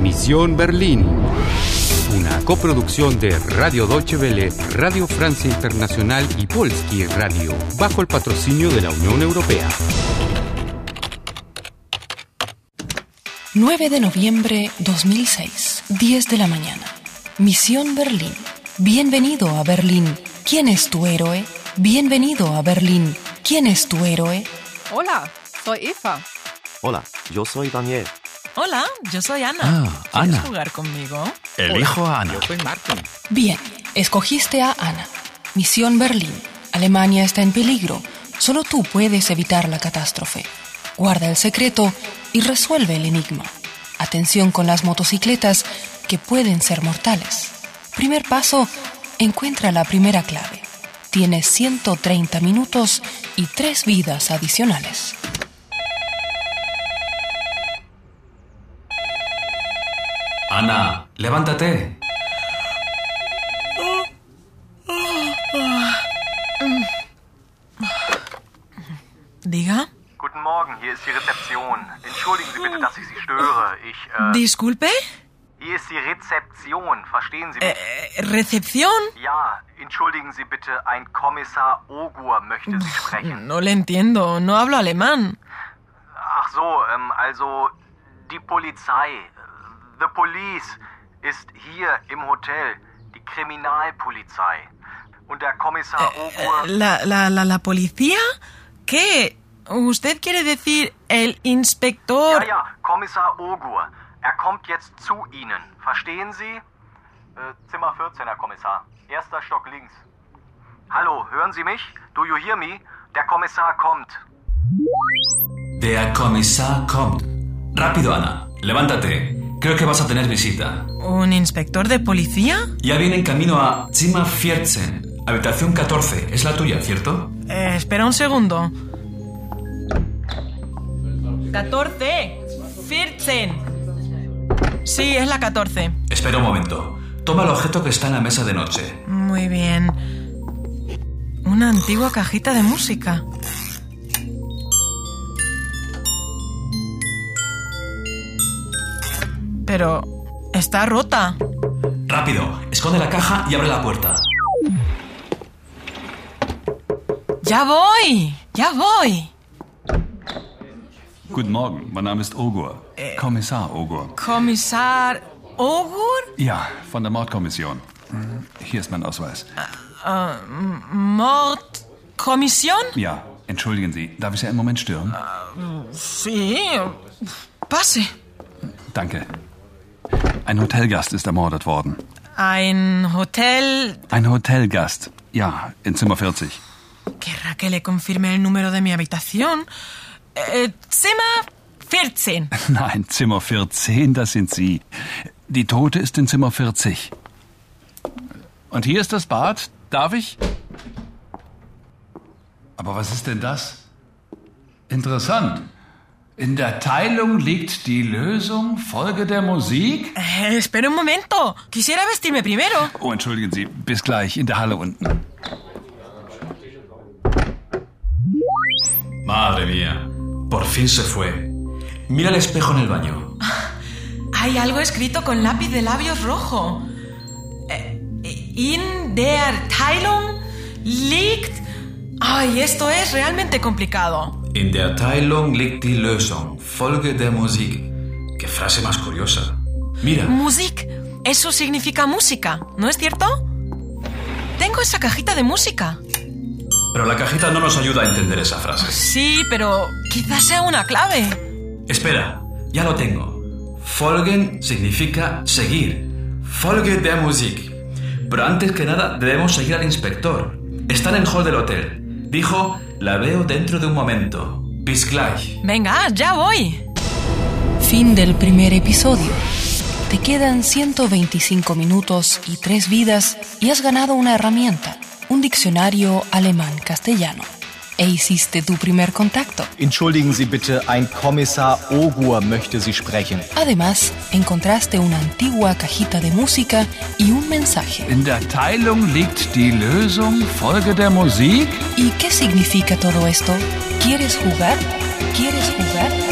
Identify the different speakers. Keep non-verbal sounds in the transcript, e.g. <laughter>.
Speaker 1: Misión Berlín. Una coproducción de Radio Deutsche Welle, Radio Francia Internacional y Polski Radio, bajo el patrocinio de la Unión Europea.
Speaker 2: 9 de noviembre 2006, 10 de la mañana. Misión Berlín. Bienvenido a Berlín. ¿Quién es tu héroe? Bienvenido a Berlín. ¿Quién es tu héroe?
Speaker 3: Hola, soy Eva.
Speaker 4: Hola, yo soy Daniel.
Speaker 5: Hola, yo soy Ana.
Speaker 6: Ah,
Speaker 5: ¿Quieres
Speaker 6: Ana.
Speaker 5: jugar conmigo?
Speaker 6: Elijo a Ana.
Speaker 1: soy Martin.
Speaker 2: Bien, escogiste a Ana. Misión Berlín. Alemania está en peligro. Solo tú puedes evitar la catástrofe. Guarda el secreto y resuelve el enigma. Atención con las motocicletas que pueden ser mortales. Primer paso, encuentra la primera clave. Tienes 130 minutos y tres vidas adicionales.
Speaker 6: Ana, levántate.
Speaker 5: Diga.
Speaker 7: Guten Morgen, hier ist die Rezeption. Entschuldigen Sie bitte, dass ich Sie störe. Ich, äh,
Speaker 5: Disculpe.
Speaker 7: hier ist die Rezeption, verstehen Sie mich?
Speaker 5: Eh, recepción.
Speaker 7: Ja, entschuldigen Sie bitte, ein Kommissar Ogur möchte Sie sprechen.
Speaker 5: No le entiendo, no hablo alemán.
Speaker 7: Ach so, ähm, also, die Polizei, äh, the police, ist hier im Hotel, die Kriminalpolizei. Und der Kommissar
Speaker 5: Äh,
Speaker 7: Ogur,
Speaker 5: ¿La, la, la, la policía? ¿Qué? ¿Usted quiere decir el
Speaker 7: ja,
Speaker 5: inspector?
Speaker 7: ja, Kommissar Ogur, er kommt jetzt zu Ihnen, verstehen Sie? Äh, Zimmer 14, Herr Kommissar. Erster Stock links. Hallo, hören Sie mich? Do you hear me? Der Kommissar kommt.
Speaker 6: Der Kommissar kommt. Rápido, Ana. Levántate. Creo que vas a tener visita.
Speaker 5: ¿Un inspector de policía?
Speaker 6: Ya viene en camino a Zimmer 14, habitación 14. Es la tuya, ¿cierto?
Speaker 5: Eh, espera un segundo. 14. 14. Sí, es la 14.
Speaker 6: Espera un momento. Toma el objeto que está en la mesa de noche.
Speaker 5: Muy bien. Una antigua cajita de música. Pero está rota.
Speaker 6: Rápido, esconde la caja y abre la puerta.
Speaker 5: ¡Ya voy! ¡Ya voy!
Speaker 8: Guten Morgen, mein Name ist Ogur. Kommissar Ogur.
Speaker 5: Comisar Ogur
Speaker 8: Ja, von der Mordkommission. Hier ist mein Ausweis.
Speaker 5: Mord Comisión.
Speaker 8: Ja, entschuldigen Sie, darf ich Sie einen Moment stören?
Speaker 5: Sí. Pase.
Speaker 8: Danke. Ein Hotelgast ist ermordet worden.
Speaker 5: Ein Ah, Hotel.
Speaker 8: Ein Hotelgast. Ja, in Zimmer 40.
Speaker 5: Querrá que le confirme el número de mi habitación. Eh, Zimmer 14.
Speaker 8: <laughs> Nein, Zimmer 14, das sind Sie. Die Tote ist in Zimmer 40. Und hier ist das Bad. Darf ich? Aber was ist denn das? Interessant. In der Teilung liegt die Lösung. Folge der Musik.
Speaker 5: Eh, espera un momento. Quisiera vestirme primero.
Speaker 8: Oh, entschuldigen Sie. Bis gleich in der Halle unten.
Speaker 6: Madre mía. Por fin se fue. Mira el espejo en el baño.
Speaker 5: Hay algo escrito con lápiz de labios rojo. Eh, In der Teilung liegt. Ay, esto es realmente complicado.
Speaker 6: In der Teilung liegt die Lösung. Folge der Musik. Qué frase más curiosa. Mira.
Speaker 5: Musik. Eso significa música, ¿no es cierto? Tengo esa cajita de música.
Speaker 6: Pero la cajita no nos ayuda a entender esa frase.
Speaker 5: Sí, pero quizás sea una clave.
Speaker 6: Espera, ya lo tengo. Folgen significa seguir. Folge der Musik. Pero antes que nada debemos seguir al inspector. Está en el hall del hotel. Dijo, la veo dentro de un momento. Bis gleich.
Speaker 5: Venga, ya voy.
Speaker 2: Fin del primer episodio. Te quedan 125 minutos y 3 vidas y has ganado una herramienta, un diccionario alemán-castellano. E hiciste tu primer contacto.
Speaker 9: Entschuldigen Sie bitte, ein Kommissar Ogur möchte Sie sprechen.
Speaker 2: Además, encontraste una antigua cajita de música y un mensaje.
Speaker 8: In der Teilung liegt die Lösung. Folge der Musik.
Speaker 2: ¿Y qué significa todo esto? ¿Quieres jugar? ¿Quieres jugar?